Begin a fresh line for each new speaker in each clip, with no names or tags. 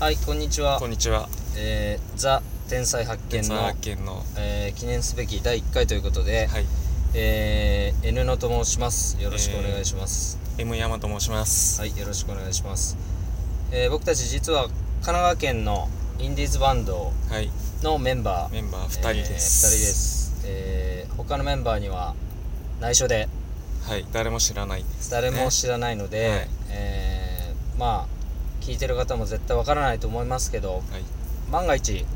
はいこんにちは
こんにちは。
えーザ・天才発見
現
の
の、発見の。は
えー記念すべき第1回ということで、
い。
えー N のと申しますよろしくお願いします、
M 山と申します。
はいよろしくお願いします、えー僕たち実は神奈川県のインディーズバンド
はい。
のメンバー
メンバー二
えー
人で。
二人ですす、えー他のメンバーには内緒で
はい。誰も知らないです。
誰も
ね
知らないので、
はい
えーまあ聞いてる方も絶対わからないと思いますけど
はい。
万が一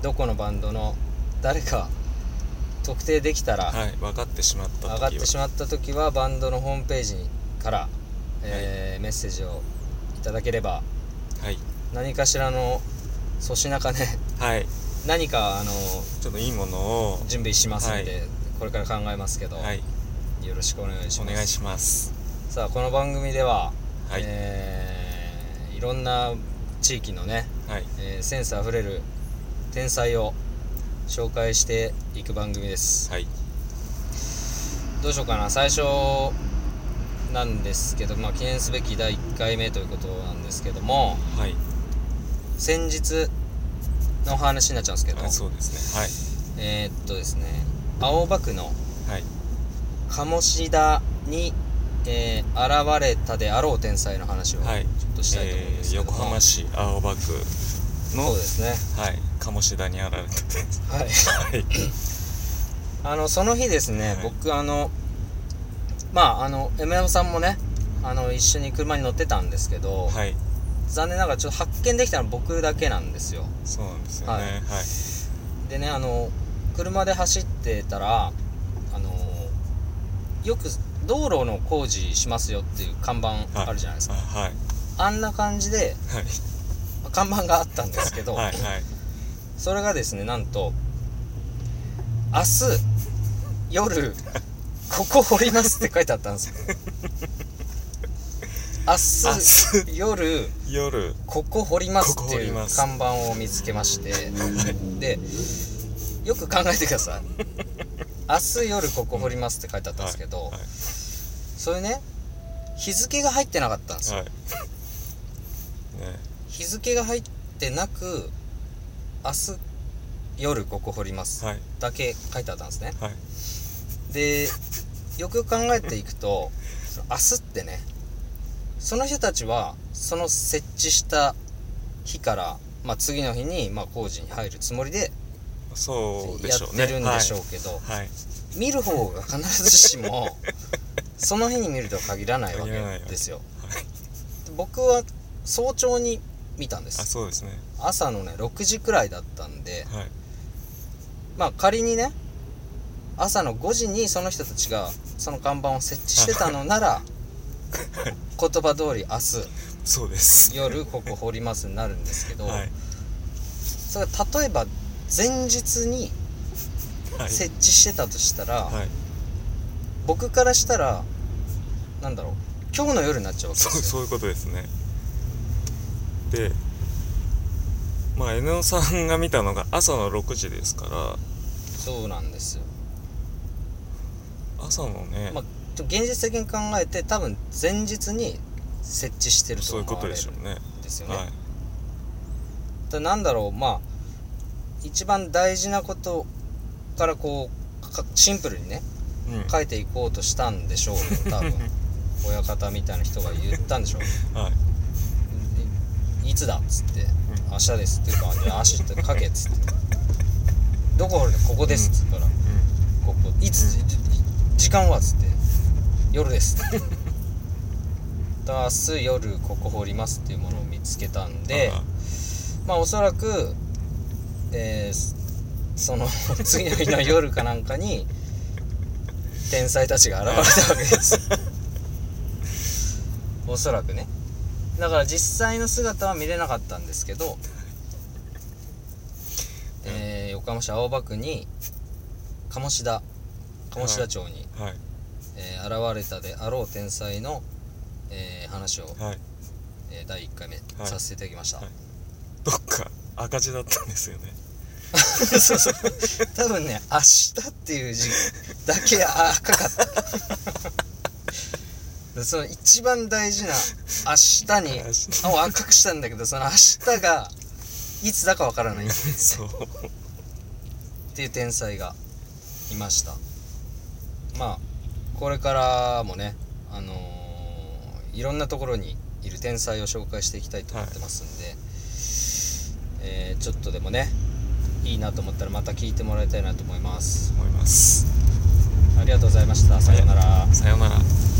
どこのバンドの誰か特定できたら
はい。分かってしまった時は。
上がってしまった時はバンドのホームページから、えーメッセージをいただければ
はい。
何かしらの粗品かね
はい。
何かあの
ちょっといいものを。
準備しますんで、
はい
これから考えますけど、
はい。
よろしくお願いし
お
ます
願いします。
さあこの番組では、
はい。
えーいろんな地域のね
はい。
えーセンスあふれる天才を紹介していく番組です
はい。
どうしようかな最初なんですけど、まあ、記念すべき第1回目ということなんですけども
はい。
先日のお話になっちゃうんですけど
あ、そうです
えーっとですね青葉区の
ね。はい。はい。
鴨志田に、えー現れたであろう天才の話をちょっ
はい
としたいと思うん
え
です
ー
けども、
横浜市青葉区
そう
の
で。すね
はい。鴨志田に現れてて。
はい
はい。
あのその日ですね、
はい
僕あのまああの MM さんもねあの一緒に車に乗ってたんですけど、
はい。
残念ながらちょっと発見できたの僕だけなんですよ
そうなんですよね。
は
はいい。
でねあの車で走ってたらあのよく道路の工事しますよっていう看板
はい
あるじゃないです
あ
か、
はい。
あんな感じで
はい。
看板があったんですけど、
はい。はい。
それがですねなんと明日夜ここ掘りますって書いてあったんですよ明日夜
夜。
ここ掘りますっていう
ここ掘ります
看板を見つけましてでよく考えてください明日夜ここ掘りますって書いてあったんですけど、
はい
それね日付が入ってなかったんですよ、
はい。ね。
日付が入ってなく明日夜ここ掘ります
はい。
だけ書いてあったんですね
はい。
でよくよく考えていくとその明日ってねその人たちはその設置した日から、まあ、次の日に、まあ、工事に入るつもりで
そうで
や
しょ
っ
うね。
てるんでしょうけど、
はい。はい。
見る方が必ずし もその日に見るとは限らないわけ
限らないわけ
ですよ。
はい。
僕は早朝に見たんで
あ、
す
そうですね。
朝のね6時くらいだったんで
はい。
まあ仮にね朝の5時にその人たちがその看板を設置してたの なら言葉通り明
そうです。
日夜ここ掘りますになるんですけど、
はい。
それが例えば前日に
はい。
設置してたとしたら、
はい。
僕からしたらなんだろう今日の夜になっちゃうわけ
そう、
ですよ
そういうことですね。で。まあ、N さんが見たのが朝の6時ですか
そうなんですよ、
ら朝のね、
まあ、ちょっと現実的に考えて多分前日に設置してると
そういう
思
こ
わ
と
れ
で
る
しょうんね
ですよね、
は
だなんだろうまあ一番大事なことからこうかシンプルにね
い、うん、
書いていこうとしたんでしょうけど 多分親方みたいな人が言ったんでしょう
はい
「いいつだ」っつって「
うん
明日です」っていうか「いや明日って書け」っつって「どこ掘るのここです」っつったら「ここいつ
うん
じ時間は?」っつって「夜です」 ってだから明日夜ここ掘りますっていうものを見つけたん
うん、
で
あ
まあおそらく、えーそその 次の日の夜かなんかに天才たちが現れたわけです おそらくねだから実際の姿は見れなかったんですけど、えー横浜市青葉区に鴨志田鴨志田町に、
はい
えー現れたであろう天才の、えー話を、
はい
えー第1回目
はい
させていただきました、
はいどっか赤字だったんですよね
そうそう 多分ね「明日」っていう字だけ赤かったでその一番大事な明日に
明日
青赤くしたんだけどその明日がいつだかわからない っ
そう
ていう天才がいましたまあこれからもねあのーいろんなところにいる天才を紹介していきたいと思ってますんで、えーちょっとでもねいいなと思ったらまた聞いてもらいたいなと思います
思います
ありがとうございましたさようなら、
さようなら